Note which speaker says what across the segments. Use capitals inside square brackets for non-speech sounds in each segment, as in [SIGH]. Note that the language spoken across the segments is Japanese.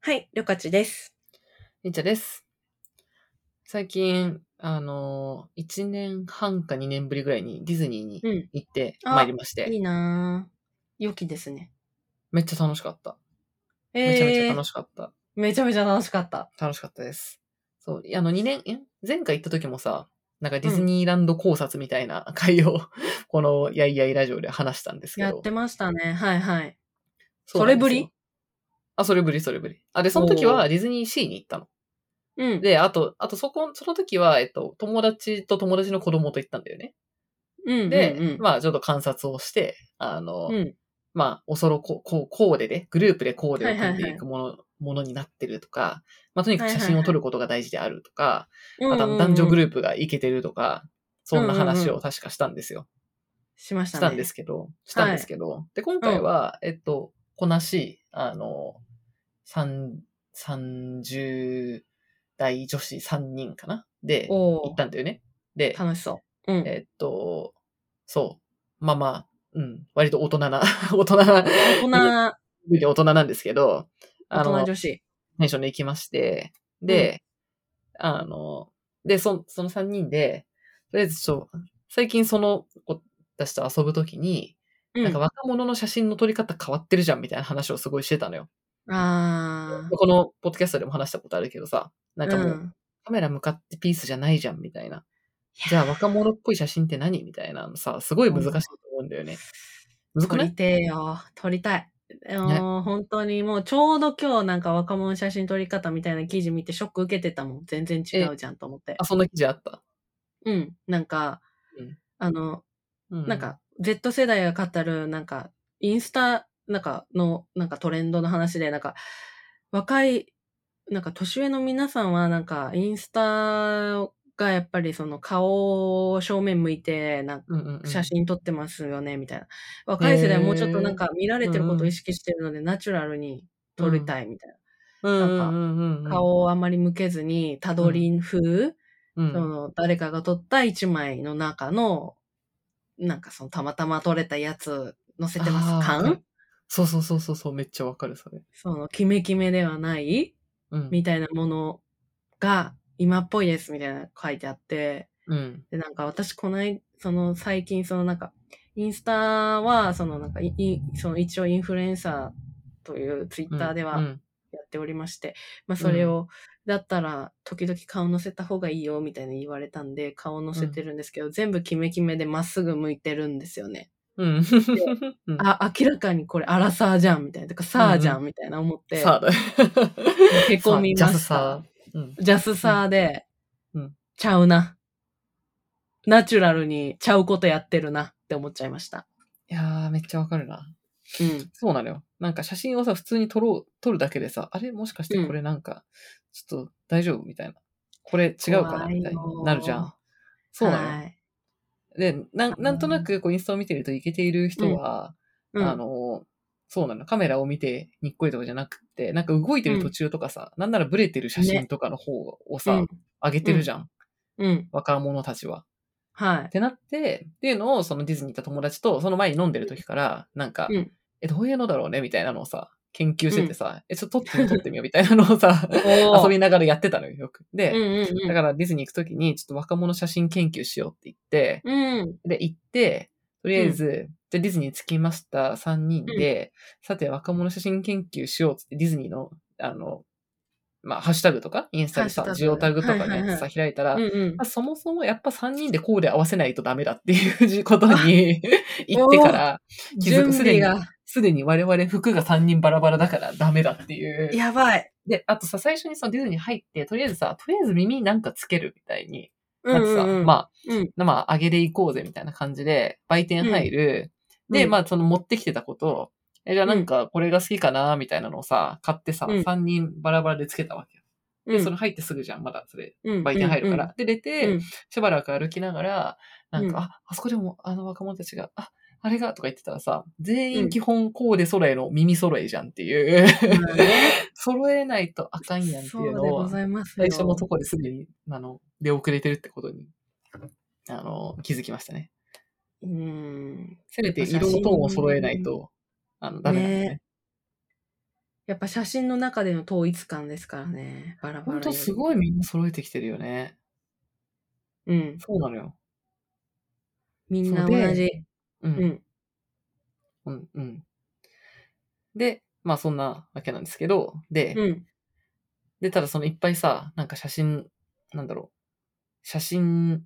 Speaker 1: はい、りょかちです。
Speaker 2: りっちゃです。最近、あのー、1年半か2年ぶりぐらいにディズニーに
Speaker 1: うん
Speaker 2: 行って
Speaker 1: あ
Speaker 2: まいりまして、
Speaker 1: いいなぁ。良きですね。
Speaker 2: めっちゃ楽しかった。
Speaker 1: え
Speaker 2: めちゃめちゃ
Speaker 1: し
Speaker 2: 楽しかった。
Speaker 1: めちゃめちゃ楽しかった。
Speaker 2: 楽しかったです。そう、あの、2年、え前回行った時もさ、なんかディズニーランド考察みたいな [LAUGHS] 会を、このやいやいラジオで話したんですけ
Speaker 1: や
Speaker 2: ど。
Speaker 1: ってましたね。はいはい。
Speaker 2: うなんですよ
Speaker 1: それぶり
Speaker 2: あ、それぶり、それぶり。あ、で、その時
Speaker 1: おー
Speaker 2: はディズニーシーに行ったの。
Speaker 1: うん。
Speaker 2: で、あと、あとそこ、その時は、えっと、友達と友達の子供と行ったんだよね。
Speaker 1: うん、
Speaker 2: で、
Speaker 1: うんうん、
Speaker 2: まあちょっと観察をして、あの、
Speaker 1: うん
Speaker 2: まあおそろこ、こう、コーデで、グループでコーデを組んで
Speaker 1: はいはい
Speaker 2: い
Speaker 1: は
Speaker 2: くもの、ものになってるとか、まあとにかく
Speaker 1: はい
Speaker 2: 写
Speaker 1: はい
Speaker 2: 真を撮ることが大事であるとか、
Speaker 1: うんうんうん、
Speaker 2: また男女
Speaker 1: ー
Speaker 2: グ
Speaker 1: プ
Speaker 2: ループがいけてるとか、そんな話
Speaker 1: うんうんう
Speaker 2: を確かしたんですよ。
Speaker 1: しまし
Speaker 2: した
Speaker 1: ね。
Speaker 2: たんですけど、したんですけど、で、今回は、えっと、こなし、あの、三、三十代女子三人かなで、行
Speaker 1: お
Speaker 2: っ
Speaker 1: ー
Speaker 2: たんだよね。で、
Speaker 1: 楽しそう。うん。
Speaker 2: えっと、そう。まあまあ、うん。割と大人な、 [LAUGHS] 大人な、
Speaker 1: 大人、大
Speaker 2: 大人なんですけど、あ
Speaker 1: 人
Speaker 2: の、
Speaker 1: 女子。
Speaker 2: ペンションで行きまして、で、あの、で、そその3人で、とりあえずちょっと、最近その子たちと遊ぶときに、
Speaker 1: うん、
Speaker 2: なんか若者の写真の撮り方変わってるじゃんみたいな話をすごいしてたのよ。
Speaker 1: あ
Speaker 2: このポッドキャストでも話したことあるけどさ、
Speaker 1: あ。
Speaker 2: なんかもう、
Speaker 1: ん
Speaker 2: カメラ向かってピースじゃないじゃんみたいな。
Speaker 1: や
Speaker 2: じゃあ若者っぽい写真って何みたいなのさ、すごい難しいと思うんだよね。難く
Speaker 1: 撮
Speaker 2: な
Speaker 1: り
Speaker 2: い
Speaker 1: てえよ。撮りたい。あのー本当にもうちょうど今日なんか若者写真撮り方みたいな記事見てショック受けてたもん。全然違うじゃんと思って
Speaker 2: あ、。そんな記事あった。
Speaker 1: うん。なんか、
Speaker 2: うん
Speaker 1: あの、
Speaker 2: う
Speaker 1: なん、か、Z 世代が語る、なんか、インスタ、なんかの、なんかトレンドの話で、なんか、若い、なんか年上の皆さんは、なんか、インスタがやっぱりその顔を正面向いて、なんか
Speaker 2: うんうんうん、
Speaker 1: 写真撮ってますよね、みたいな。若い世代はもうちょっとなんか見られてることを意識してるので、ナチュラルに撮りたいみたいなんかな。
Speaker 2: か、
Speaker 1: 顔をあまり向けずに、たどりん風、
Speaker 2: うん
Speaker 1: その誰かが撮った一枚の中の、なんかそのたまたま撮れたやつ載せてま
Speaker 2: あー
Speaker 1: す
Speaker 2: わか
Speaker 1: 感
Speaker 2: るそうそうそうそうそう、めっちゃわかる、それ。
Speaker 1: そのキメキメではない
Speaker 2: うん。
Speaker 1: みたいなものが今っぽいですみたいなの書いてあって、
Speaker 2: うん。
Speaker 1: でなんか私こない、その最近そのなんか、インスタはそのなんかい、いその一応インフルエンサーというツイッターで
Speaker 2: う
Speaker 1: は
Speaker 2: ん
Speaker 1: やっておりまして、まあそれを、だったら時々顔乗せた方がいいよみたいに言われたんで、顔乗せてるんですけど、全部キメキメでまっすぐ向いてるんですよね。
Speaker 2: うん。うん。
Speaker 1: あ、明らかにこれアラサーじゃんみたいな、とかサーじゃんみたいな思って、
Speaker 2: さあだ。
Speaker 1: [LAUGHS] へこみました
Speaker 2: さあジャスさうん
Speaker 1: ジャスサーで、
Speaker 2: うんうん
Speaker 1: ちゃうな。ナチュラルにちゃうことやってるなって思っちゃいました。
Speaker 2: いやー、めっちゃわかるな。
Speaker 1: うん。
Speaker 2: そうなのよ。なんか写真をさ、普通に撮ろう、撮るだけでさ、あれもしかしてこれなんか、ちょっと大丈夫みたいな。これ違うかな
Speaker 1: 怖いよー
Speaker 2: みたいになるじゃん。そうなのよ。
Speaker 1: はい。
Speaker 2: で、なんなんとなくこうインスタを見てるとイケている人は、
Speaker 1: うん
Speaker 2: あの、そうなの。カメラを見てにっこりとかじゃなくて、なんか動いてる途中とかさ、なんならブレてる写真とかの方をさ、
Speaker 1: うん
Speaker 2: 上げてるじゃん。
Speaker 1: うん。
Speaker 2: 若者たちは。
Speaker 1: はい
Speaker 2: っ。てなって、っていうのをそのディズニー行った友達と、その前に飲んでる時から、なんか、
Speaker 1: うん
Speaker 2: え、どういうのだろうねみたいなのをさ、研究しててさ、え、ちょっと撮ってみよう、撮ってみようみたいなの
Speaker 1: [LAUGHS]
Speaker 2: をさ、
Speaker 1: お
Speaker 2: [LAUGHS] 遊びながらやってたのよ、よく。
Speaker 1: うん
Speaker 2: で、
Speaker 1: うんうん。
Speaker 2: だからディズニー行く時に、ちょっと若者写真研究しようって言って、
Speaker 1: うん。
Speaker 2: で、行って、とりあえず、じゃあディズニー着きました、3人で、さて、若者写真研究しようっつって、ディズニーの、あの、まあ、ハッシュタグとか、インスタで
Speaker 1: ハ
Speaker 2: さ、
Speaker 1: ッシ
Speaker 2: ジ
Speaker 1: ュ
Speaker 2: オ
Speaker 1: タ
Speaker 2: タ
Speaker 1: グ
Speaker 2: グとかの
Speaker 1: はいはい
Speaker 2: やつ
Speaker 1: は
Speaker 2: さ、開いたら、
Speaker 1: うんうん
Speaker 2: まあ、そもそもやっぱ3人でコーデ合わせないとダメだっていうこと
Speaker 1: [LAUGHS]
Speaker 2: に言ってから、気づ
Speaker 1: 準
Speaker 2: くすで
Speaker 1: 備
Speaker 2: に
Speaker 1: が、
Speaker 2: すでに我々服が3人バラバラだからダメだっていう。
Speaker 1: やばい。
Speaker 2: で、あとさ、最初にさ、ディズニー入って、とりあえずさ、とりあえず耳になんかつけるみたいに、なんかさ、まあ、
Speaker 1: あ、うん。
Speaker 2: なまあ、上げでいこうぜみたいな感じで、売店入る。で、
Speaker 1: うん
Speaker 2: まあ、その持ってきてたことを、え、じゃあなんかこれが好きかなみたいなのをさ、買ってさ、
Speaker 1: うん
Speaker 2: 3人バラバラでつけたわけよ。
Speaker 1: う
Speaker 2: で、
Speaker 1: ん
Speaker 2: その入ってすぐじゃん、まだそれ、
Speaker 1: うん
Speaker 2: 売店入るか
Speaker 1: うん
Speaker 2: ら。で、出
Speaker 1: う
Speaker 2: て
Speaker 1: ん、
Speaker 2: しばらく歩きながら、なん
Speaker 1: うん
Speaker 2: か、あ、あそこでもあの若者たちが、あ、あれがとか言ってたらさ、全
Speaker 1: う
Speaker 2: 員
Speaker 1: ん
Speaker 2: 基本コーデ揃えの耳揃えじゃんっ
Speaker 1: [LAUGHS]
Speaker 2: ていう、
Speaker 1: うんまあね
Speaker 2: 揃えないとあかんやんって
Speaker 1: そう
Speaker 2: い
Speaker 1: で
Speaker 2: うの
Speaker 1: ご
Speaker 2: を、
Speaker 1: ざいますよ
Speaker 2: 最初のとこですでに、あの、出遅れてるってことに、あの、気づきましたね。
Speaker 1: うん。
Speaker 2: せめて色のトーンを揃えないと、あの、ダメなんですね。
Speaker 1: やっぱ写真の中での統一感ですからね。バラバラよ
Speaker 2: ほ
Speaker 1: り。
Speaker 2: んとすごいみんな揃えてきてるよね。
Speaker 1: うん。
Speaker 2: そうなのよ。
Speaker 1: みんな
Speaker 2: そうで
Speaker 1: 同じ。
Speaker 2: うん
Speaker 1: う。ん。
Speaker 2: うん、うん。で、まあそんなわけなんですけど、で、
Speaker 1: うん。
Speaker 2: で、ただそのいっぱいさ、なんか写真、なんだろう、写真、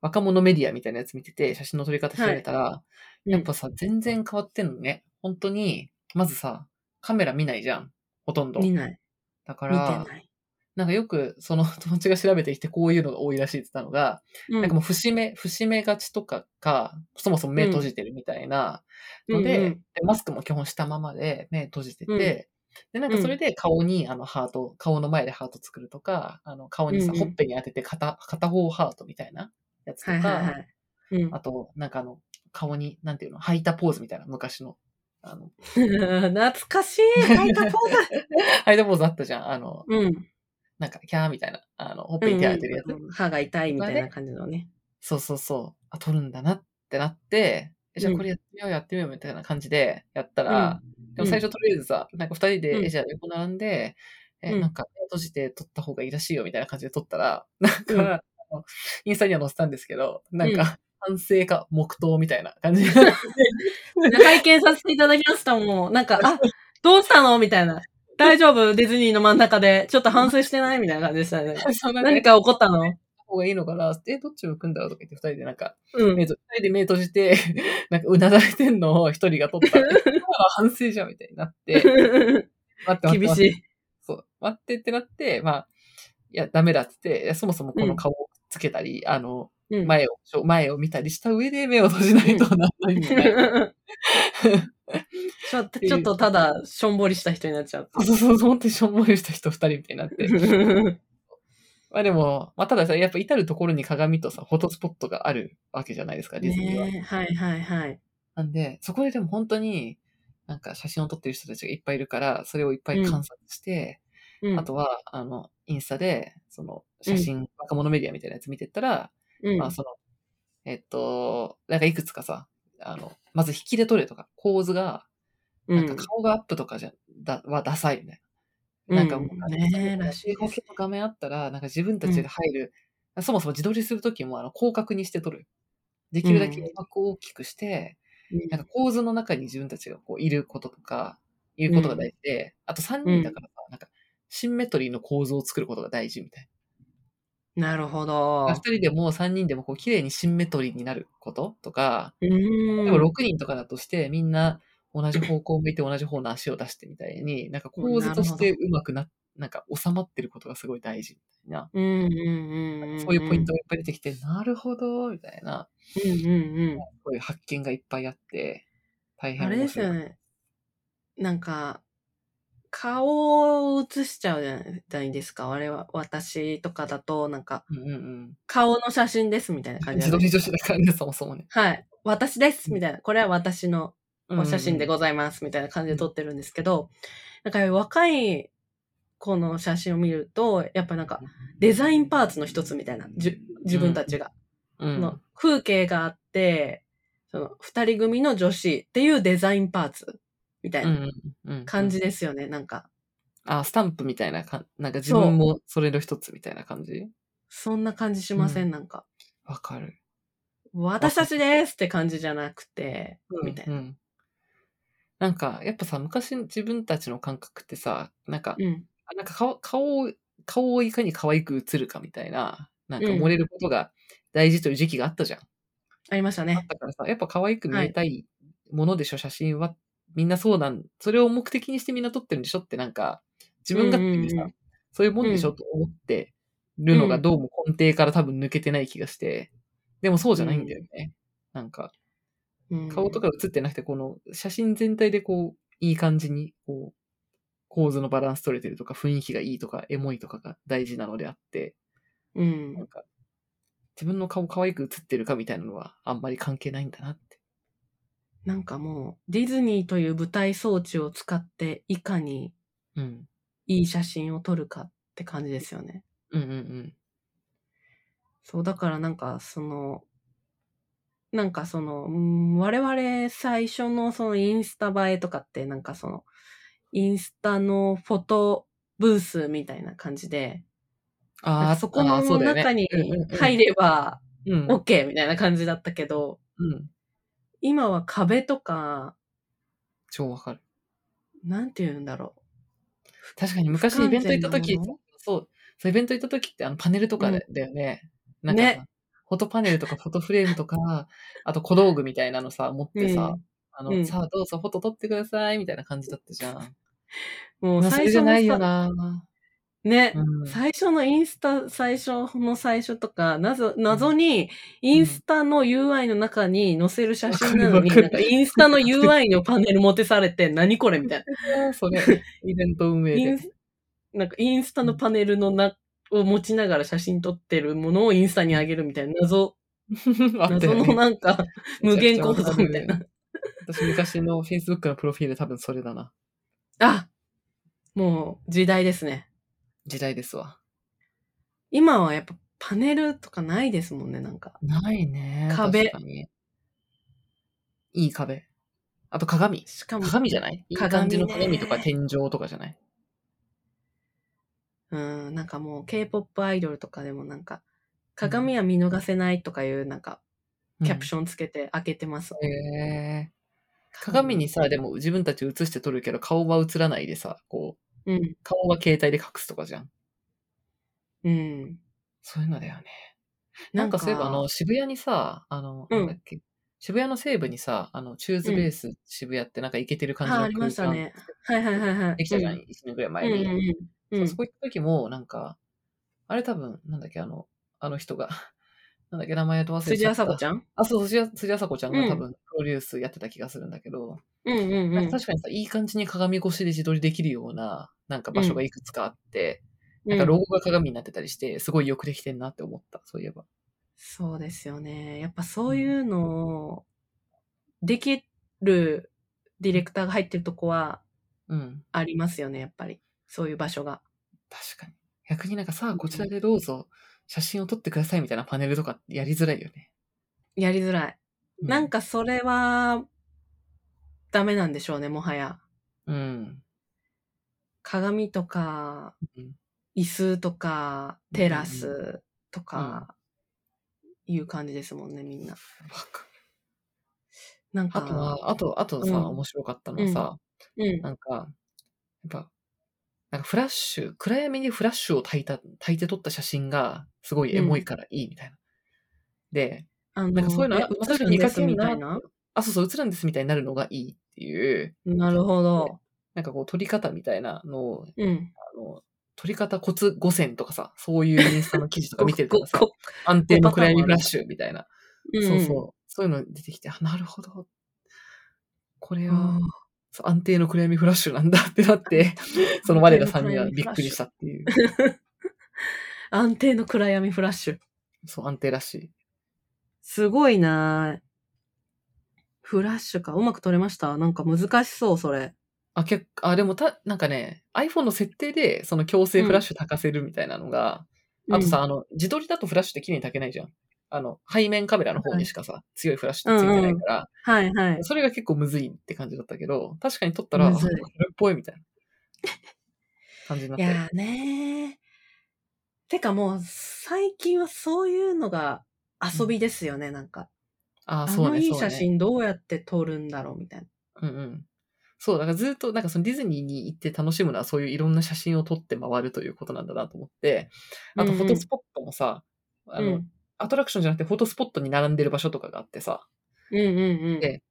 Speaker 2: 若者メディアみたいなやつ見てて、写真の撮り方調べたら、やっぱさ、全然変わってんのね。本当に、まずさ、カメラ見ないじゃん。ほとんど。
Speaker 1: 見ない。
Speaker 2: だか
Speaker 1: 見て
Speaker 2: ら、
Speaker 1: ない。
Speaker 2: なんかよく、その [LAUGHS] 友達が調べてきて、こういうのが多いらしいって言ったのが、
Speaker 1: うん
Speaker 2: なんかもう節目、節目がちとかか、そもそも目閉じてるみたいなので、
Speaker 1: うんうん
Speaker 2: でマスクも基本したままで目閉じてて、
Speaker 1: うん
Speaker 2: で、なんかそれで顔にあのハート、顔の前でハート作るとか、あの顔に
Speaker 1: う
Speaker 2: さ、
Speaker 1: んうん
Speaker 2: ほっぺに当てて片片方ハートみたいなやつとか、
Speaker 1: はいはいはい。うん
Speaker 2: あと、なんかあの、顔に、なんていうの、吐いたポーズみたいな、昔の。あの、 [LAUGHS]
Speaker 1: [LAUGHS] 懐かしい書いたポーズ
Speaker 2: 吐いたポーズあったじゃん。あの、
Speaker 1: うん。
Speaker 2: なんか、キャーみたいな、あの、ほっぺに手当てるやつ。
Speaker 1: うん歯が痛いみたいな感じのね。
Speaker 2: そうそうそう、あ、撮るんだなってなって、えじゃあ
Speaker 1: うん
Speaker 2: これやってみよう、やってみようみたいな感じでやったら、でも最初とりあえずさ、なんか二人で、
Speaker 1: うん
Speaker 2: えじゃあ横並んで、え、
Speaker 1: うん
Speaker 2: なんか閉じて撮った方がいいらしいよみたいな感じで撮ったら、 [LAUGHS] なんか、
Speaker 1: うん
Speaker 2: あのインスタには載せたんですけど、なん
Speaker 1: うん
Speaker 2: か、 [LAUGHS] 反省か黙祷みたいな感じで。
Speaker 1: 拝見させていただきました、もう。なんか、あ、どうしたのみたいな。大丈夫ディズニーの真ん中で。ちょっと反省してないみたいな感じでしたね。 [LAUGHS]
Speaker 2: そうなんか
Speaker 1: 何か起こったの
Speaker 2: 方がいいのかなえ、どっちを組んだろうとか言って二人でなんか、
Speaker 1: うん
Speaker 2: 目。と二人で目閉じて、 [LAUGHS] なんかうなだれてんのを一人が撮った。えこれは反省じゃんみたいになって、待 [LAUGHS] って待って待って
Speaker 1: 厳しい。
Speaker 2: そう、待ってってなって、まあ、いや、ダメだって言っていや、そもそもこの顔をつけたり、あの、
Speaker 1: うん。
Speaker 2: 前を、ちょ前を見たりした上で目を閉じないとなんの意味
Speaker 1: [LAUGHS]
Speaker 2: ない。
Speaker 1: ちょっと、ちょっとただ、しょんぼりした人になっちゃう。
Speaker 2: そうそうそう、本当にしょんぼりした人二人みたいになって。
Speaker 1: [LAUGHS]
Speaker 2: まあでも、まあたださ、やっぱ至るところに鏡とさ、フォトスポットがあるわけじゃないですか、ディズニーは。
Speaker 1: ねえはいはいはい。
Speaker 2: なんで、そこででも本当に、なんか写真を撮ってる人たちがいっぱいいるから、それをいっぱい観察して、
Speaker 1: うん
Speaker 2: あ、とは、あの、インスタで、その、写真、若者メディアみたいなやつ見てったら、
Speaker 1: うん
Speaker 2: まあその、えっと、なんかいくつかさ、あの、まず引きで撮れとか、構図が、
Speaker 1: う
Speaker 2: なんか顔がアップとかじゃ、だはダサいみたいな。なんかもう、
Speaker 1: うんねえらしいです
Speaker 2: 英語系の画面あったら、なんか自分たちが入る、そもそも自撮りするときも、あの、広角にして撮る。できるだけ
Speaker 1: うん
Speaker 2: 枠を大きくして、
Speaker 1: うん
Speaker 2: なんか構図の中に自分たちがこういることとか、いうことが大事で、あと3人だからさ、なんか、シンメトリーの構図を作ることが大事みたい
Speaker 1: なるほ
Speaker 2: な。
Speaker 1: ど
Speaker 2: 2。人でも3人でもこう綺麗にシンメトリーになることとか、
Speaker 1: う
Speaker 2: でも
Speaker 1: ん。
Speaker 2: 6人とかだとして、みんな同じ方向を向いて同じ方の足を出してみたいに、なんか構図としてうまくな、なんか収まってることがすごい大事みたいな。
Speaker 1: うんうんうんんん。
Speaker 2: そういうポイントがいっぱい出てきて、なるほど、みたいな、
Speaker 1: うんうんうん。
Speaker 2: こういう発見がいっぱいあって、大変
Speaker 1: あれ
Speaker 2: 面
Speaker 1: です
Speaker 2: 白い。
Speaker 1: よね。なんか、顔を映しちゃうじゃないですか。我々は、私とかだと、なんか、
Speaker 2: うんうん
Speaker 1: 顔の写真ですみたいな
Speaker 2: うん。
Speaker 1: 感じ
Speaker 2: 自
Speaker 1: なん
Speaker 2: 撮
Speaker 1: で
Speaker 2: り
Speaker 1: す
Speaker 2: 女子だからね、そもそもね。
Speaker 1: はい。私ですみたいな。これは私のお写真で
Speaker 2: ご
Speaker 1: ございますみたいな感じで撮ってるんですけど、なんか若い子の写真を見ると、やっぱなんかデザインパーツの一つみたいな、じゅ自分たちが。
Speaker 2: うん
Speaker 1: その風景があって、その二人組の女子っていうデザインパーツみたいな
Speaker 2: うん
Speaker 1: 感じ
Speaker 2: で。
Speaker 1: ですよね、なんか。
Speaker 2: あ、スタンプみたいなかん、なんか自分もそれの一つみたいな感じ
Speaker 1: そんな感じしません、なんか。
Speaker 2: わかる。
Speaker 1: 私たちですって感じじゃなくて、みたいな。
Speaker 2: な。なんか、やっぱさ、昔自分たちの感覚ってさ、なんか、
Speaker 1: うん。
Speaker 2: あなんか顔、顔を、顔をいかに可愛く映るかみたいな、なんか
Speaker 1: うん
Speaker 2: 漏れることが大事という時期があったじゃん。
Speaker 1: ありました
Speaker 2: あっ
Speaker 1: ね。
Speaker 2: たからさ、やっぱ可愛く見えたいものでしょ、写真は。みんなそうなん、それを目的にしてみんな撮ってるんでしょってなんか、自分がっていうさ、
Speaker 1: うんうんうん
Speaker 2: そういうもんでしょと思ってるのがどうも根底から多分抜けてない気がして、でもそうじゃないんだよね。なんか、
Speaker 1: うん
Speaker 2: 顔とか写ってなくて、この写真全体でこう、いい感じに、こう、構図のバランス取れてるとか、雰囲気がいいとか、エモいとかが大事なのであって、
Speaker 1: う
Speaker 2: なん
Speaker 1: ん。
Speaker 2: か、自分の顔可愛く写ってるかみたいなのは、あんまり関係ないんだなって。
Speaker 1: なんかもう、ディズニーという舞台装置を使って、いかに
Speaker 2: うん。
Speaker 1: いい写真を撮るかって感じですよね。
Speaker 2: うんうんうん。
Speaker 1: そう、だからなんか、その、なんかその、うん我々最初のそのインスタ映えとかって、なんかその、インスタのフォトブースみたいな感じで、なん
Speaker 2: あ
Speaker 1: か
Speaker 2: あ、
Speaker 1: そこ
Speaker 2: あ
Speaker 1: の
Speaker 2: ーそうだよね
Speaker 1: 中に
Speaker 2: うんうんうん
Speaker 1: 入れば
Speaker 2: うん
Speaker 1: OK みたいな感じだったけど、
Speaker 2: うん。
Speaker 1: 今は壁とか、
Speaker 2: 超わかる。
Speaker 1: なんて言うんだろ
Speaker 2: 確かに昔
Speaker 1: 不
Speaker 2: イ
Speaker 1: 完
Speaker 2: ベント
Speaker 1: 全
Speaker 2: 行
Speaker 1: な
Speaker 2: った時
Speaker 1: もの、
Speaker 2: そう、そうイベント行った時ってあのパネルとかだだよね。なんかさ、
Speaker 1: ね
Speaker 2: フォトパネルとかフォトフレームと
Speaker 1: [LAUGHS]
Speaker 2: か、あと小道具みたいなのさ、持ってさ、
Speaker 1: う
Speaker 2: あ
Speaker 1: う
Speaker 2: の、
Speaker 1: ん
Speaker 2: さあどうぞフォト撮ってくださいみたいな感じだったじゃん。
Speaker 1: う。もう
Speaker 2: まあそ
Speaker 1: 最
Speaker 2: れじ
Speaker 1: 初
Speaker 2: ゃない
Speaker 1: の
Speaker 2: よ
Speaker 1: さ、
Speaker 2: な。
Speaker 1: ね、
Speaker 2: うん
Speaker 1: 最初のインスタ、最初の最初とか、なぞ、謎に、インスタの UI の中に載せる写真なのに、
Speaker 2: わか
Speaker 1: な
Speaker 2: るわ
Speaker 1: ん
Speaker 2: か
Speaker 1: か
Speaker 2: る
Speaker 1: インスタの UI のパネル持てされて、何これみたい
Speaker 2: それ、 [LAUGHS] イベント運
Speaker 1: な。
Speaker 2: 営
Speaker 1: イン
Speaker 2: で。
Speaker 1: スなんかインスタのパネルのな、を持ちながら写真撮ってるものをインスタに上げるみたいな謎、
Speaker 2: [LAUGHS] あった
Speaker 1: 謎
Speaker 2: よね
Speaker 1: のなんか、無限構造みたい。
Speaker 2: めちゃくちゃわか
Speaker 1: な。
Speaker 2: る [LAUGHS] 私昔の Facebook のプロフィール多分それだな。
Speaker 1: あもう時代ですね。
Speaker 2: 時代ですわ。
Speaker 1: 今はやっぱパネルとかないですもんね、なんか。
Speaker 2: ないね。
Speaker 1: 壁
Speaker 2: 確かに。いい壁。あと鏡。
Speaker 1: しかも、
Speaker 2: 鏡じゃないいい
Speaker 1: 鏡ね
Speaker 2: 感じの鏡とか天井とかじゃない
Speaker 1: うん、なんかもう K-POP アイドルとかでもなんか、鏡は見逃せないとかいうなんか、キャプションつけて開けてます。
Speaker 2: ョン。へー鏡にさ、でも自分たち映して撮るけど顔は映らないでさ、こう、
Speaker 1: うん、
Speaker 2: 顔は携帯で隠すとかじゃん。
Speaker 1: うん。
Speaker 2: そういうのだよね。なんかそういえばあの、渋谷にさ、あの、
Speaker 1: うん
Speaker 2: なんだっけ、渋谷の西部にさ、あの、チューズベース渋谷ってなんか行けてる感じ
Speaker 1: ああ
Speaker 2: の空
Speaker 1: り
Speaker 2: 間、
Speaker 1: ましたね。はいはいはいはい。
Speaker 2: できたじゃん、
Speaker 1: うん
Speaker 2: 1年ぐらい前
Speaker 1: うん
Speaker 2: に。
Speaker 1: うんうん。
Speaker 2: そううんそこ行った時も、なんか、あれ多分、なんだっけ、あの、あの人が、 [LAUGHS] なんだっけ、名前を忘れちゃった。
Speaker 1: 辻あさこちゃん
Speaker 2: あ、そう、辻あ辻あさこちゃん
Speaker 1: うん
Speaker 2: が多分、プロデュースやってた気がするんだけど、
Speaker 1: うんうんうん。
Speaker 2: 確かにさ、いい感じに鏡越しで自撮りできるような、なんか場所がいくつかあって、なんかロ
Speaker 1: うん
Speaker 2: ゴが鏡になってたりして、すごいよくできてんなって思った、そういえば。
Speaker 1: そうですよね。やっぱそういうのを、できるディレクターが入ってるとこは
Speaker 2: うん。
Speaker 1: ありますよね、やっぱり。そういう場所が。
Speaker 2: 確かに。逆になんかさあ、こちらでどうぞ、写真を撮ってくださいみたいなパネルとかってやりづらいよね。
Speaker 1: やりづらい。
Speaker 2: う
Speaker 1: なん、かそれは、ダメなんでしょうね、もはや。
Speaker 2: うん。
Speaker 1: 鏡とか
Speaker 2: うん、
Speaker 1: 椅子とか、テラスと
Speaker 2: うん
Speaker 1: か、いう感じですもんね、みんな。
Speaker 2: わかる
Speaker 1: なん
Speaker 2: あ
Speaker 1: か、
Speaker 2: とは、あと、あとさ、
Speaker 1: うん
Speaker 2: 面白かったのはさ、
Speaker 1: うん。
Speaker 2: なんか、やっぱ、なんかフラッシュ、暗闇にフラッシュを焚いた、焚いて撮った写真が、すごいエモいからいいみたいな。で、
Speaker 1: あ
Speaker 2: なんかそういうの
Speaker 1: え
Speaker 2: 私
Speaker 1: 映るんで
Speaker 2: 見か
Speaker 1: す
Speaker 2: けるな
Speaker 1: みたいな。
Speaker 2: あ、そうそう、映るんですみたいになるのがいいっていう、
Speaker 1: なるほど。
Speaker 2: なんかこう撮り方みたいなのを、
Speaker 1: うん。
Speaker 2: あの、撮り方コツ5選とかさ、そういうインスタの記事とか見てるとか
Speaker 1: [LAUGHS]
Speaker 2: さ、
Speaker 1: ここ
Speaker 2: 安定の暗闇フラッシュみたいな。
Speaker 1: うん
Speaker 2: そうそう。そういうの出てきて、あ、なるほど。これ
Speaker 1: うん。あ
Speaker 2: は、そう安定の暗闇フラッシュなんだって
Speaker 1: [LAUGHS]
Speaker 2: なって、その我らさんには
Speaker 1: 安定
Speaker 2: び
Speaker 1: の暗闇フラッ
Speaker 2: っ
Speaker 1: シュ
Speaker 2: くりしたっていう。
Speaker 1: ー安定の暗闇フラッシュ。
Speaker 2: そう、安定らしい。
Speaker 1: すごいなぁフラッシュか。うまく撮れましたなんか難しそう、それ。
Speaker 2: あ、結構、あ、でもた、なんかね、iPhone の設定で、その強制フラッシュ焚かせるみたいなのが、あとさ、あの、自撮りだとフラッシュって綺麗に焚けないじゃん。あの、背面カメラの方にしかさ、強いフラッシュってついてないから、
Speaker 1: うん、はいはい。
Speaker 2: それが結構むずいって感じだったけど、確かに撮ったら、あ
Speaker 1: む
Speaker 2: こ
Speaker 1: ずい
Speaker 2: れっぽいみたいな感じになっ
Speaker 1: い
Speaker 2: たよ
Speaker 1: やーねー。てかもう、最近はそういうのが遊びですよね、なんか。
Speaker 2: あ
Speaker 1: あ
Speaker 2: ー、そう
Speaker 1: の
Speaker 2: ね、
Speaker 1: いい
Speaker 2: そう
Speaker 1: 写
Speaker 2: ね。
Speaker 1: 真どうやって撮るんだろうみたいな。
Speaker 2: うんうん。そう、だからずっと、なんかそのディズニーに行って楽しむのは、そういういろんな写真を撮って回るということなんだなと思って、あと
Speaker 1: うんうん
Speaker 2: フォトスポットもさ、あの、
Speaker 1: うん、
Speaker 2: アトラクションじゃなくてフォトスポットに並んでる場所とかがあってさ、
Speaker 1: うんうんうん。
Speaker 2: で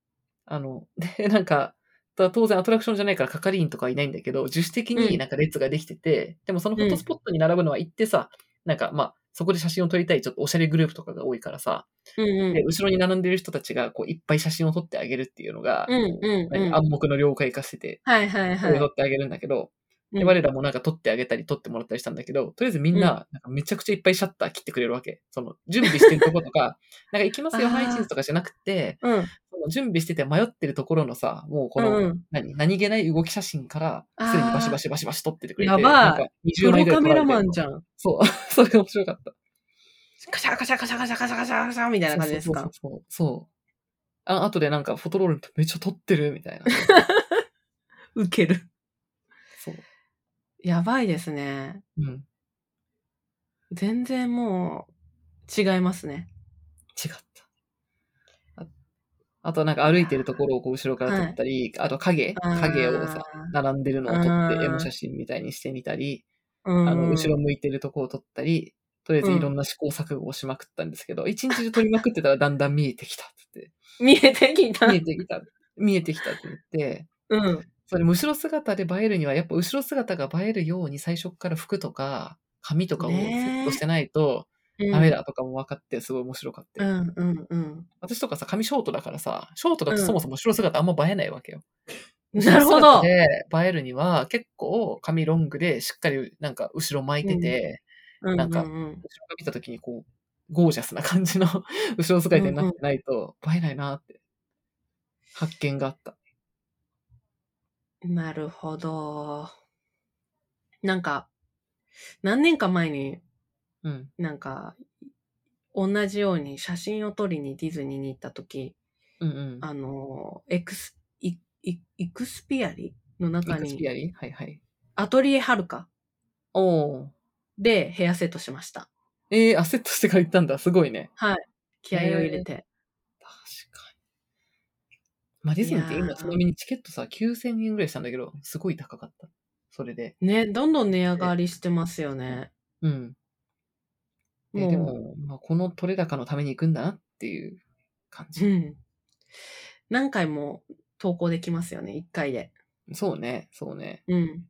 Speaker 2: あの、で、 [LAUGHS] なんか、た当然アトラクションじゃないから係員とかいないんだけど、自主的
Speaker 1: う
Speaker 2: に
Speaker 1: ん
Speaker 2: なんか列ができてて、でもそのフォトスポットに並ぶのは行ってさ、なんかまあ、そこで写真を撮りたいちょっとおしゃれグループとかが多いからさ、
Speaker 1: うんうん。
Speaker 2: で、後ろに並んでる人たちがこういっぱい写真を撮ってあげるっていうのが、
Speaker 1: うんうんうん
Speaker 2: 何暗黙の了解化してて、
Speaker 1: はいはい
Speaker 2: そ
Speaker 1: は
Speaker 2: れを
Speaker 1: い
Speaker 2: 撮。ってあげるんだけど、
Speaker 1: う
Speaker 2: で
Speaker 1: ん
Speaker 2: 我らもなんか撮ってあげたり撮ってもらったりしたんだけど、とりあえずみんな、なんかめちゃくちゃいっぱいシャッター切ってくれるわけ。その、準備してるとことか、 [LAUGHS] なんか行きますよ、
Speaker 1: あー
Speaker 2: ハイチーズとかじゃなくて、
Speaker 1: うん。
Speaker 2: その準備してて迷ってるところのさ、もうこの、
Speaker 1: うんうん
Speaker 2: 何、何気ない動き写真から、
Speaker 1: あー
Speaker 2: すでにバシバシバシバシ撮っててくれて、
Speaker 1: やばい
Speaker 2: なんか
Speaker 1: プ
Speaker 2: 20
Speaker 1: ロ
Speaker 2: 枚ぐら
Speaker 1: カ
Speaker 2: い撮
Speaker 1: メ
Speaker 2: られ
Speaker 1: ラ
Speaker 2: て
Speaker 1: マンじゃん。
Speaker 2: そう、それが面白かった。
Speaker 1: カシャカシャカシャカシャカシャカシャカシャみたいな感じです
Speaker 2: そ
Speaker 1: か
Speaker 2: う。そうそうそうそう。
Speaker 1: [LAUGHS]
Speaker 2: あ、あとでなんかフォトロールめっちゃ撮ってるみたいな。
Speaker 1: ウケる。やばいですね。
Speaker 2: うん。
Speaker 1: 全然もう、違いますね。
Speaker 2: 違った。ああとなんか歩いてるところをこう後ろから撮ったり、あと影、影をさ、並んでるのを撮
Speaker 1: あ
Speaker 2: って
Speaker 1: ー
Speaker 2: 絵の写真みたいにしてみたり、
Speaker 1: あー、うん、
Speaker 2: あの、後ろ向いてるとこを撮ったり、とりあえず
Speaker 1: うん
Speaker 2: いろんな試行錯誤をしまくったんですけど、一日中撮りまくってたらだんだん見えてきたって
Speaker 1: 見えてきた。
Speaker 2: 言って、見えてきた、見えてきたって言って、
Speaker 1: うん。
Speaker 2: それ後ろ姿で映えるには、やっぱ後ろ姿が映えるように最初から服とか、髪とかをセットしてないと、ダメ。だとかも分かって、すごい面白かった
Speaker 1: う
Speaker 2: よ。
Speaker 1: んうんうん。
Speaker 2: 私とかさ、髪ショートだからさ、ショートだと
Speaker 1: うん
Speaker 2: そもそも後ろ姿あんま映えないわけよ。
Speaker 1: なるほど。
Speaker 2: 後ろ姿で映えるには、結構髪ロングでしっかりなんか後ろ巻いてて、なんか
Speaker 1: うんうんうん
Speaker 2: 後ろが見た時にこう、ゴージャスな感じの [LAUGHS] 後ろ姿になってないと映えないなって、発見があった。
Speaker 1: なるほど。なんか、何年か前に
Speaker 2: うん。
Speaker 1: なんか、同じように写真を撮りにディズニーに行った時、
Speaker 2: うんうん。
Speaker 1: あの、エクス、イイイクスピアリの中
Speaker 2: イクスピ
Speaker 1: に、
Speaker 2: アリはいはい。
Speaker 1: アトリエハルカ
Speaker 2: おー。
Speaker 1: でヘアセットしました。
Speaker 2: えー、アセットしてから行ったんだ。すごいね。
Speaker 1: 気合を入れて。
Speaker 2: 確かに。まあ、ディズニーって
Speaker 1: いや
Speaker 2: 今
Speaker 1: ー
Speaker 2: ちなみにチケットさ、9000円ぐらいしたんだけど、すごい高かった。それで。
Speaker 1: ね、どんどん値上がりしてますよね。
Speaker 2: うん。え
Speaker 1: もう
Speaker 2: でも、まあ、この取れ高のために行くんだなっていう感
Speaker 1: う
Speaker 2: じ。
Speaker 1: ん。何回も投稿できますよね、1回で。
Speaker 2: そうね、そうね。
Speaker 1: うん。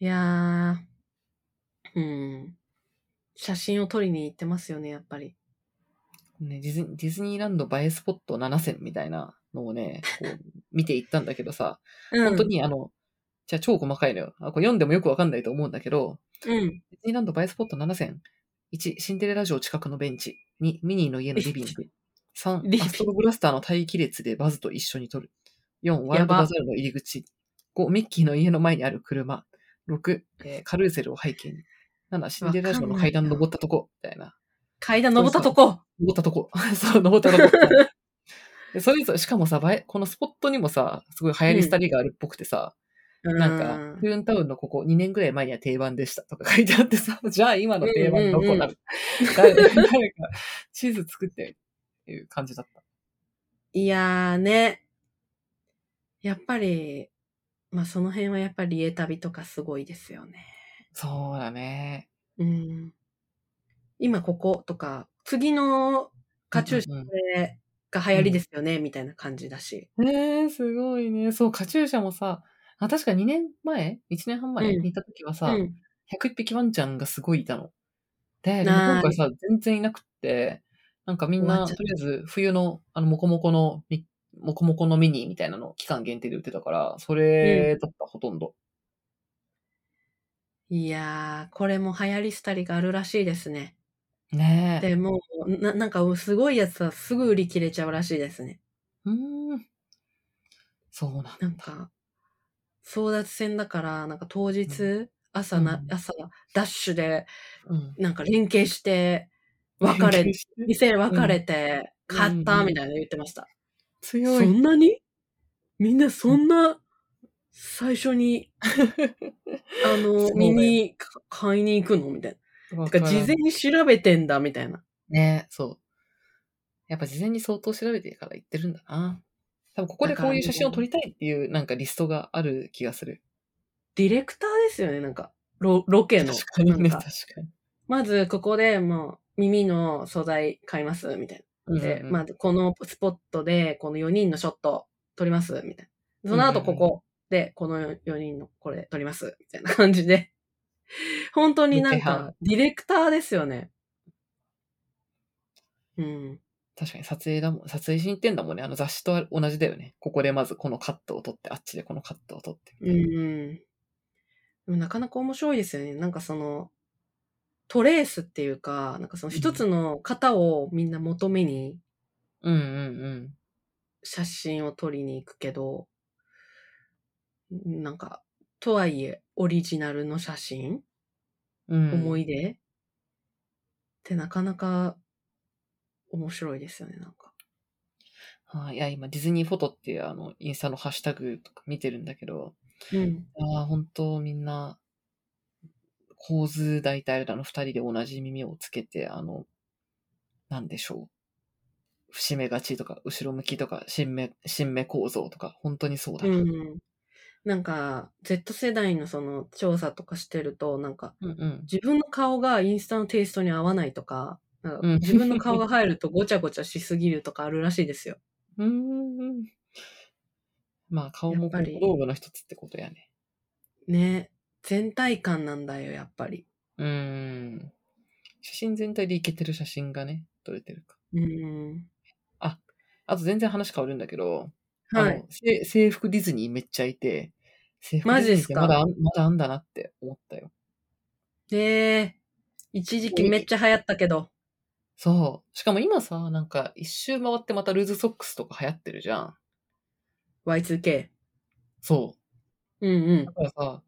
Speaker 1: いやー、うん。写真を撮りに行ってますよね、やっぱり。
Speaker 2: ねディズディズニーランド映えスポット7選みたいなのをね、こう [LAUGHS] 見ていったんだけどさ、本当にあの、じゃあ超細かいのよ。あこれ読んでもよくわかんないと思うんだけど、
Speaker 1: うん。うん。
Speaker 2: ディズニーランド映えスポット7選。1、シンデレラ城近くのベンチ。2、ミニーの家のリビング。
Speaker 1: リビン
Speaker 2: 3、
Speaker 1: グ
Speaker 2: アストロブラスターの待機列でバズと一緒に撮る。4、ワールドバザールの入り口。5、ミッキーの家の前にある車。6、えーカルーゼルを背景に。7、シンデレラ城の階段登ったとこ。みたいな。
Speaker 1: 階段登ったとこ
Speaker 2: 登ったとこ。 [LAUGHS] そう、登ったとこ。でそれぞれ、しかもさ、映えこのスポットにもさ、すごい流行り廃りがあるっぽくてさ、なんか、トゥーンタウンのここ2年ぐらい前には定番でしたとか書いてあってさ、 [LAUGHS] じゃあ今の定番どこなの、誰誰か地図作ってっていう感じだった。
Speaker 1: いやーね。やっぱり、まあその辺はやっぱり家旅とかすごいですよね。
Speaker 2: そうだね。
Speaker 1: うん。今こことか、次のカチューシ
Speaker 2: うんうん
Speaker 1: ャが流行りですよね、みたいな感じだし。
Speaker 2: ねえすごいね。そう、カチューシャもさ、あ確か2年前 ?1 年半前
Speaker 1: うん
Speaker 2: にいた時は
Speaker 1: う
Speaker 2: さ、
Speaker 1: ん。
Speaker 2: 101匹ワンちゃんがすごいいたの。で、でも
Speaker 1: なーい
Speaker 2: 今回さ、全然いなくって、なんかみん
Speaker 1: 終わ
Speaker 2: な、
Speaker 1: っちゃ
Speaker 2: と
Speaker 1: っ
Speaker 2: りあえず冬の、あの、モコモコのミ、モコモコのミニーみたいなの期間限定で売ってたから、それだった、ほとんど。
Speaker 1: いやー、これも流行り廃りがあるらしいですね。
Speaker 2: ねえ。
Speaker 1: で、もう、ななんかすごいやつはすぐ売り切れちゃうらしいですね。
Speaker 2: うーん。そうなんだ。
Speaker 1: なんか、争奪戦だから、なんか当日、朝な
Speaker 2: う、ん
Speaker 1: 朝、ダッシュで、
Speaker 2: うん。
Speaker 1: なんか連携して、別れて、店別れて、
Speaker 2: うん
Speaker 1: 買っ
Speaker 2: うん
Speaker 1: た
Speaker 2: うん
Speaker 1: みたいなの言ってました。
Speaker 2: [LAUGHS] 強
Speaker 1: そ
Speaker 2: い。
Speaker 1: んなにみんなそんな、最初
Speaker 2: [LAUGHS]
Speaker 1: に、あ
Speaker 2: そうだ
Speaker 1: の、
Speaker 2: よ
Speaker 1: 見に、か買いに行くのみたいな。
Speaker 2: わか
Speaker 1: て
Speaker 2: ら
Speaker 1: か、事
Speaker 2: ん
Speaker 1: 前に調べてんだ、みたいな。
Speaker 2: ねそう。やっぱ事前に相当調べてから言ってるんだな。多分ここでこういう写真を撮りたいっていうなんかリストがある気がする。
Speaker 1: ディレクターですよね、なんか。ロロケの。
Speaker 2: 確かにね、
Speaker 1: なん
Speaker 2: 確
Speaker 1: か
Speaker 2: かに。
Speaker 1: まず、ここでもう、耳の素材買います、みたいな。で、まあ、このスポットで、この4人のショット撮ります、みたいな。その後、
Speaker 2: うんうんう
Speaker 1: こ
Speaker 2: ん
Speaker 1: こで、この4人のこれ撮ります、みたいな感じで。 [LAUGHS] 本当になん
Speaker 2: 日程
Speaker 1: か、ディレクターですよね。うん。
Speaker 2: 確かに撮影だもん、撮影しに行ってんだもんね。あの雑誌と同じだよね。ここでまずこのカットを撮って、あっちでこのカットを撮って。
Speaker 1: うん、うん。でもなかなか面白いですよね。なんかその、トレースっていうか、なんかその一つの型をみんな求めに
Speaker 2: うんうん
Speaker 1: 写真を撮りに行くけど、なんか、とはいえ、オリジナルの写真、
Speaker 2: うん。うん、
Speaker 1: 思い出ってなかなか面白いですよね、なんか。
Speaker 2: はいいや、今、ディズニーフォトっていう、あの、インスタのハッシュタグとか見てるんだけど、
Speaker 1: うん。
Speaker 2: ああ、本当みんな、構図大体あの二人で同じ耳をつけて、あの、なんでしょう。節目がちとか、後ろ向きとか、新目、新目構造とか、本当にそうだ
Speaker 1: う
Speaker 2: な。うん
Speaker 1: ん。なんか、Z 世代のその調査とかしてると、なんか、
Speaker 2: うん。
Speaker 1: 自分の顔がインスタのテイストに合わないとか、なんか
Speaker 2: うん
Speaker 1: 自分の顔が入ると [LAUGHS] ごちゃごちゃしすぎるとかあるらしいですよ。
Speaker 2: うーん。まあ、顔
Speaker 1: や
Speaker 2: も
Speaker 1: っぱり
Speaker 2: 小道具の一つってことやね。
Speaker 1: ね。全体感なんだよ、やっぱり。
Speaker 2: うーん。写真全体でいけてる写真がね、撮れてるか。
Speaker 1: うん。
Speaker 2: あと全然話変わるんだけど、
Speaker 1: は
Speaker 2: あ
Speaker 1: い。
Speaker 2: のせ制服ディズニーめっちゃいて、制服ディズニ
Speaker 1: マ
Speaker 2: ーって
Speaker 1: ジっすか
Speaker 2: まだあんまだあんだなって思ったよ。
Speaker 1: で、一時期めっちゃ流行ったけど。
Speaker 2: そう。しかも今さ、なんか一周回ってまたルーズソックスとか流行ってるじゃん。
Speaker 1: Y2K。
Speaker 2: そう。
Speaker 1: うん
Speaker 2: だからさ、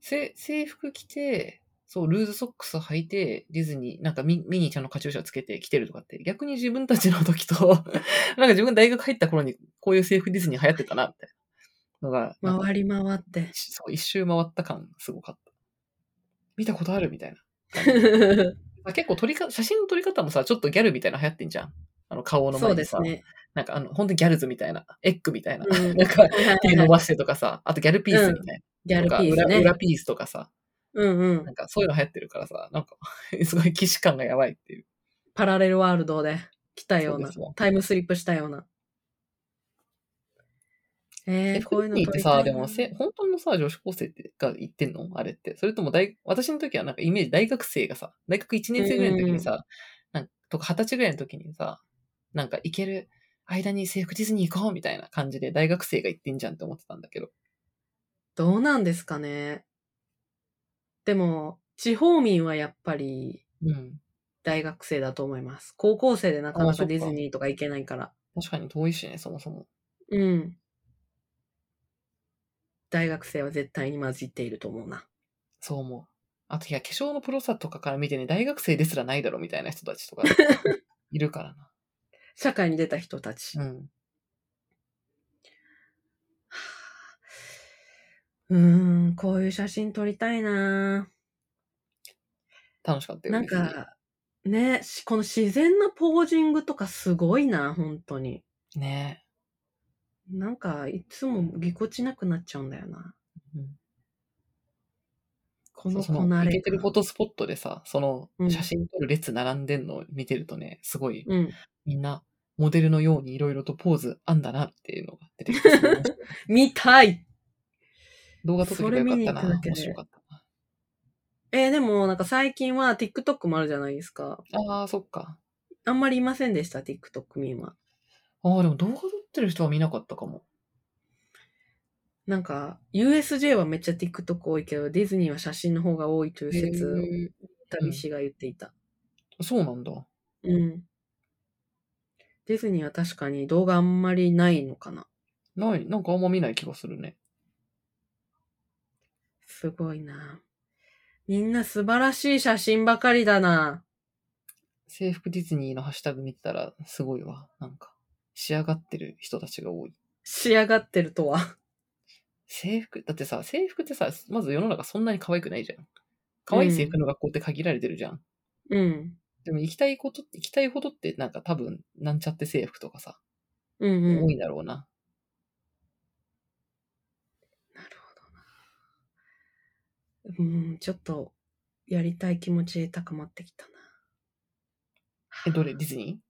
Speaker 2: せ制服着て、そう、ルーズソックス履いて、ディズニー、なんかミミニーちゃんのカチューシャつけて着てるとかって、逆に自分たちの時と、 [LAUGHS] なんか自分大学入った頃に、こういう制服ディズニー流行ってたな、みたいなのが、
Speaker 1: う
Speaker 2: なん
Speaker 1: ん。
Speaker 2: か
Speaker 1: 回り回って。
Speaker 2: そう、一周回った感すごかった。見たことあるみたいな。あ結構撮りか、写真の撮り方もさ、ちょっとギャルみたいなの流行ってんじゃん。あの顔の
Speaker 1: そ
Speaker 2: 前
Speaker 1: うで
Speaker 2: にさ、
Speaker 1: すね。
Speaker 2: なんかあの、本当にギャルズみたいな、エッグみたいな、
Speaker 1: うん
Speaker 2: なんか
Speaker 1: はいはい
Speaker 2: 手
Speaker 1: は
Speaker 2: [LAUGHS] 伸
Speaker 1: い
Speaker 2: ばしてとかさ、あとギャルピースみたいな。
Speaker 1: ギャル
Speaker 2: と
Speaker 1: ピー
Speaker 2: か
Speaker 1: ス
Speaker 2: 裏
Speaker 1: ね
Speaker 2: 裏。ピースとかさ、
Speaker 1: うんうん
Speaker 2: な。んかそういうの流行ってるからさ、なんか、 [LAUGHS] すごい既視感がやばいっていう。
Speaker 1: パラレルワールドで来たような
Speaker 2: そうですわ
Speaker 1: タイムスリップしたような。えー、こういうの
Speaker 2: に
Speaker 1: 撮
Speaker 2: って
Speaker 1: りたい
Speaker 2: さ、
Speaker 1: な
Speaker 2: でもせ、本当のさ、女子高生ってが言ってんのあれって。それとも大、私の時はなんかイメージ、大学生がさ、大学1年生ぐらいの時にさ、なんか、とか二十歳ぐらいの時にさ、なんか行ける間に制服ディズニー行こうみたいな感じで大学生が言ってんじゃんって思ってたんだけど。
Speaker 1: どうなんですかね。でも、地方民はやっぱり
Speaker 2: うん。
Speaker 1: 大学生だと思います。高校生でなか
Speaker 2: あ
Speaker 1: な
Speaker 2: そ
Speaker 1: か
Speaker 2: っか
Speaker 1: ディズニーとか行けないから。
Speaker 2: 確かに遠いしね、そもそも。
Speaker 1: うん。大学生は絶対に混じっていると思うな。
Speaker 2: そう思う。あと、いや、化粧のプロさとかから見てね、大学生ですらないだろみたいな人たち
Speaker 1: [LAUGHS]
Speaker 2: とか、いるからな。
Speaker 1: 社会に出た人たち。
Speaker 2: うん。
Speaker 1: うーん、 [SIGHS] こういう写真撮りたいな
Speaker 2: 楽しかったよ。
Speaker 1: なん
Speaker 2: 別
Speaker 1: か、ね、しこの自然なポージングとかすごいな、本当に。
Speaker 2: にね
Speaker 1: なんか、いつもぎこちなくなっちゃうんだよな。
Speaker 2: え。うん
Speaker 1: こ
Speaker 2: そ
Speaker 1: の
Speaker 2: うそ
Speaker 1: こな
Speaker 2: の、
Speaker 1: れ
Speaker 2: イ
Speaker 1: 感。
Speaker 2: ケてるフォトスポットでさ、その
Speaker 1: う、ん
Speaker 2: 写真撮る列並んでんのを見てるとね、すごい、
Speaker 1: うん。
Speaker 2: みんな、モデルのようにいろいろとポーズあんだなっていうのが出てきて、すごい
Speaker 1: [LAUGHS]
Speaker 2: 面白い
Speaker 1: 見たい
Speaker 2: 動画撮っとけば
Speaker 1: それ
Speaker 2: よかったな。
Speaker 1: 見に行くだけで
Speaker 2: 面白かった
Speaker 1: えーでも、なんか最近は TikTok もあるじゃないですか。
Speaker 2: な。ああー、そっか。
Speaker 1: あんまりいませんでした、TikTok 民は。
Speaker 2: ああ、でも動画撮ってる人は見なかったかも。
Speaker 1: なんか、USJ はめっちゃ TikTok 多いけど、ディズニーは写真の方が多いという説を旅師が言っていた。
Speaker 2: そうなんだ。
Speaker 1: うん。ディズニーは確かに動画あんまりないのかな。
Speaker 2: ない、なんかあんま見ない気がするね。
Speaker 1: すごいな。みんな素晴らしい写真ばかりだな。
Speaker 2: 制服ディズニーのハッシュタグ見てたら、すごいわ。なんか、仕上がってる人たちが多い。
Speaker 1: 仕上がってるとは。
Speaker 2: 制服、だってさ、制服ってさ、まず世の中そんなに可愛くないじゃん。可愛い制服の学校って限られてるじゃん。
Speaker 1: うん。
Speaker 2: でも行きたいこと、行きたいほどってなんか多分、なんちゃって制服とかさ、
Speaker 1: うんうん。
Speaker 2: 多いんだろうな。
Speaker 1: なるほどな。うん、ちょっと、やりたい気持ち高まってきたな。
Speaker 2: え、どれディズニ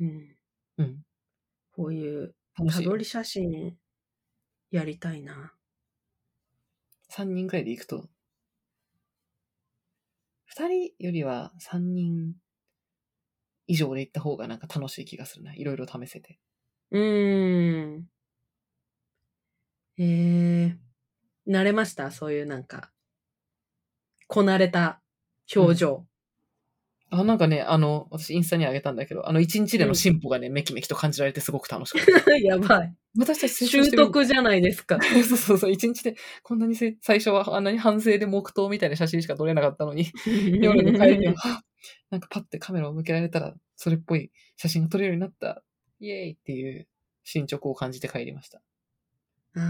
Speaker 1: うん。
Speaker 2: ーうん。
Speaker 1: こういう、
Speaker 2: 楽
Speaker 1: た
Speaker 2: しい
Speaker 1: ど。り写真、やりたいな。
Speaker 2: 3人くらいで行くと、2人よりは3人以上で行った方がなんか楽しい気がするな。いろいろ試せて。
Speaker 1: うーん。えー、慣れましたそういうなんか、こなれた表情。
Speaker 2: あ、なんかね、あの、私インスタにあげたんだけど、あの一日での進歩がね、めきめきと感じられてすごく楽しか
Speaker 1: [LAUGHS]
Speaker 2: った。
Speaker 1: やばい。
Speaker 2: 私たち成長し
Speaker 1: 習
Speaker 2: てる。
Speaker 1: 得じゃないですか。
Speaker 2: そうそうそう、一日で、こんなにせ最初はあんなに反省で黙祷みたいな写真しか撮れなかったのに、 [LAUGHS] 夜の帰りに
Speaker 1: [LAUGHS]
Speaker 2: は、はっなんかパッてカメラを向けられたら、それっぽい写真が撮れるようになった、イエーイっていう進捗を感じて帰りました。
Speaker 1: あー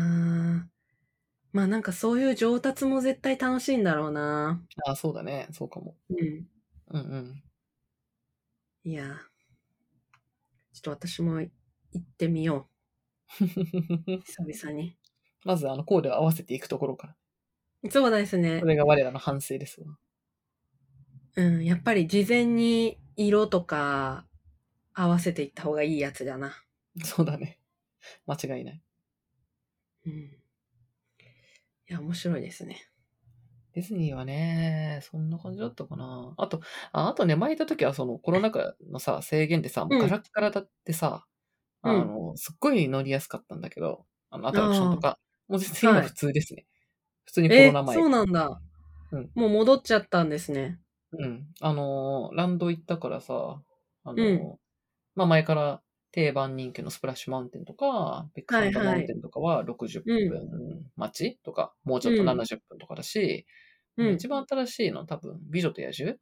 Speaker 1: まあなんかそういう上達も絶対楽しいんだろうな。
Speaker 2: ああ、そうだね。そうかも。
Speaker 1: うん。
Speaker 2: うんうん。
Speaker 1: いや。ちょっと私も行ってみよう。久々に。
Speaker 2: [LAUGHS] まず、あの、コーデを合わせていくところから。
Speaker 1: そうですね
Speaker 2: こ。れが我らの反省ですわ。
Speaker 1: うん。やっぱり事前に色とか合わせていった方がいいやつだな。
Speaker 2: そうだね。間違いない。
Speaker 1: うん。いや、面白いですね。
Speaker 2: ディズニーはね、そんな感じだったかな。あと、ああとね、前行った時はそのコロナ禍のさ、制限でさ、もうガラッガラだってさ、
Speaker 1: うん
Speaker 2: あの、すっごい乗りやすかったんだけど、あの、アトラクションとか、もう全然今
Speaker 1: はい
Speaker 2: 普通ですね。普通にコ
Speaker 1: え
Speaker 2: ロナ、前。
Speaker 1: そうなんだ。
Speaker 2: うん
Speaker 1: もう戻っちゃったんですね。
Speaker 2: うん。あのーランド行ったからさ、あのー
Speaker 1: うん
Speaker 2: まあ前から定番人気のスプラッシュマウンテンとか、ビッグサンダ
Speaker 1: は
Speaker 2: ー
Speaker 1: いは
Speaker 2: マ
Speaker 1: い
Speaker 2: ウンテンとかは60分待ちとか、もうちょっと
Speaker 1: うん
Speaker 2: 70分とかだし、
Speaker 1: うん。
Speaker 2: 一番新しいの多分、美女と野獣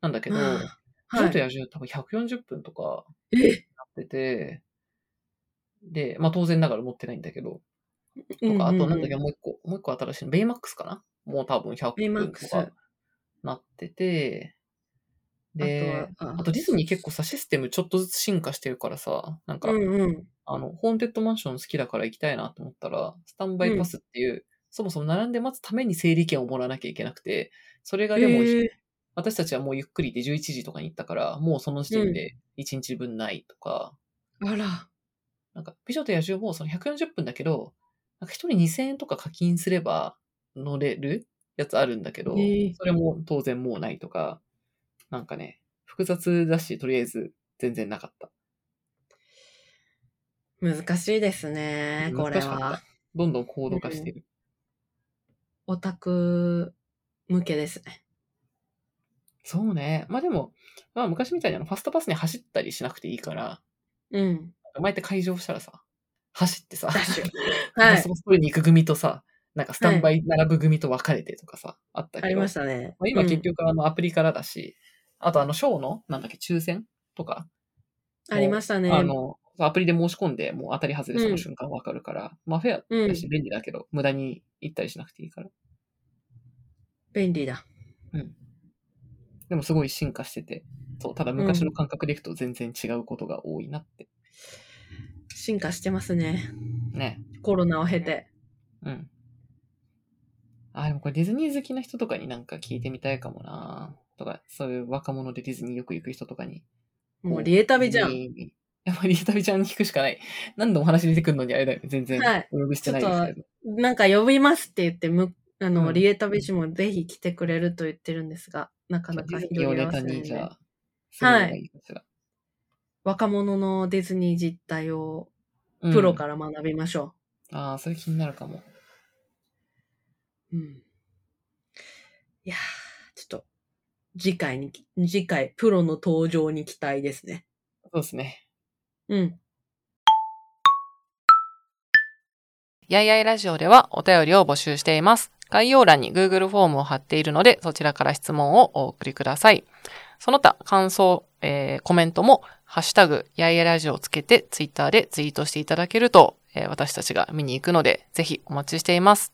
Speaker 2: なんだけど、
Speaker 1: あ
Speaker 2: 美女
Speaker 1: は
Speaker 2: と
Speaker 1: い。
Speaker 2: 野獣多分140分とか
Speaker 1: え、
Speaker 2: なってて、で、まあ当然ながら持ってないんだけど、
Speaker 1: う
Speaker 2: と
Speaker 1: ん
Speaker 2: か、あとなんだっ
Speaker 1: う
Speaker 2: け、
Speaker 1: ん
Speaker 2: もう一個、もう一個新しいの、ベイマックスかなもう多分100
Speaker 1: ベイマッ
Speaker 2: 分
Speaker 1: ク
Speaker 2: と
Speaker 1: ス
Speaker 2: かなってて、で、
Speaker 1: あとは、
Speaker 2: あとディズニー結構さ、システムちょっとずつ進化してるからさ、なんか、
Speaker 1: うんうん。
Speaker 2: あの、ホーンテッドマンション好きだから行きたいなと思ったら、スタンバイパスっていう、そもそも並んで待つために整理券をもらわなきゃいけなくて、それがでも、
Speaker 1: えー
Speaker 2: 私たちはもうゆっくりで11時とかに行ったから、もうその時点で1日分ないとか、
Speaker 1: あら。
Speaker 2: なんか、美女と野獣もその140分だけど、なんか一人2000円とか課金すれば乗れるやつあるんだけど、
Speaker 1: えー
Speaker 2: それも当然もうないとか、なんかね、複雑だし、とりあえず全然なかった。
Speaker 1: 難しいですね、これ
Speaker 2: 難しかっ
Speaker 1: は
Speaker 2: た。。どんどん高度化してる。
Speaker 1: オタク向けですね。
Speaker 2: そうね。まあでも、まあ昔みたいにあのファストパスに走ったりしなくていいから、
Speaker 1: うん。
Speaker 2: 前って会場したらさ、走ってさ、
Speaker 1: ダッシュ。
Speaker 2: ラ
Speaker 1: は
Speaker 2: ス
Speaker 1: い。
Speaker 2: ボス取りに行く組とさ、なんかスタンバイ並ぶ組と分かれてとかさ、あったけど。
Speaker 1: ありましたね。
Speaker 2: まあ、今
Speaker 1: うん
Speaker 2: 結局あのアプリからだし、あとあのショーの、なんだっけ、抽選とか、
Speaker 1: ありましたね。
Speaker 2: あの、アプリで申し込んで、もう当たり外れ
Speaker 1: うん
Speaker 2: その瞬間分かるから、まあフェア
Speaker 1: うん
Speaker 2: だ。し便利だけど、無駄に行ったりしなくていいから。
Speaker 1: 便利だ。
Speaker 2: でもすごい進化してて、そう、ただ昔の感覚でいくと全然違うことが多いなって。
Speaker 1: 進化してますね。
Speaker 2: ね。
Speaker 1: コロナを経て。
Speaker 2: うん。あ、でもこれディズニー好きな人とかになんか聞いてみたいかもなとか、そういう若者でディズニーよく行く人とかに。
Speaker 1: もうリエタビじゃん。
Speaker 2: いい。やっぱりリエタビちゃんに聞くしかない。何度も話出てくるのにあれだよね。全然
Speaker 1: はい。
Speaker 2: お呼びしてないですけど。
Speaker 1: なんか呼びますって言って、むあの、
Speaker 2: うん
Speaker 1: リエタビ氏もぜひ来てくれると言ってるんですが、なかなか
Speaker 2: ディズ
Speaker 1: 広
Speaker 2: ニーを
Speaker 1: げ
Speaker 2: ネ
Speaker 1: ま
Speaker 2: タ
Speaker 1: せん
Speaker 2: に、
Speaker 1: ね
Speaker 2: じゃあ、する
Speaker 1: は
Speaker 2: の
Speaker 1: い
Speaker 2: がいいかしら。
Speaker 1: 若者のディズニー実態を
Speaker 2: うん
Speaker 1: プロから学びましょ
Speaker 2: ああ、それ気になるかも。
Speaker 1: う。うん。いやー、ちょっと、次回に、次回、プロの登場に期待ですね。
Speaker 2: そうですね。
Speaker 1: うん。
Speaker 2: やいやいラジオではお便りを募集しています。概要欄に Google フォームを貼っているので、そちらから質問をお送りください。その他、感想、えーコメントも、ハッシュタグ、やいやいラジオをつけて、Twitter でツイートしていただけると、えー私たちが見に行くので、ぜひお待ちしています。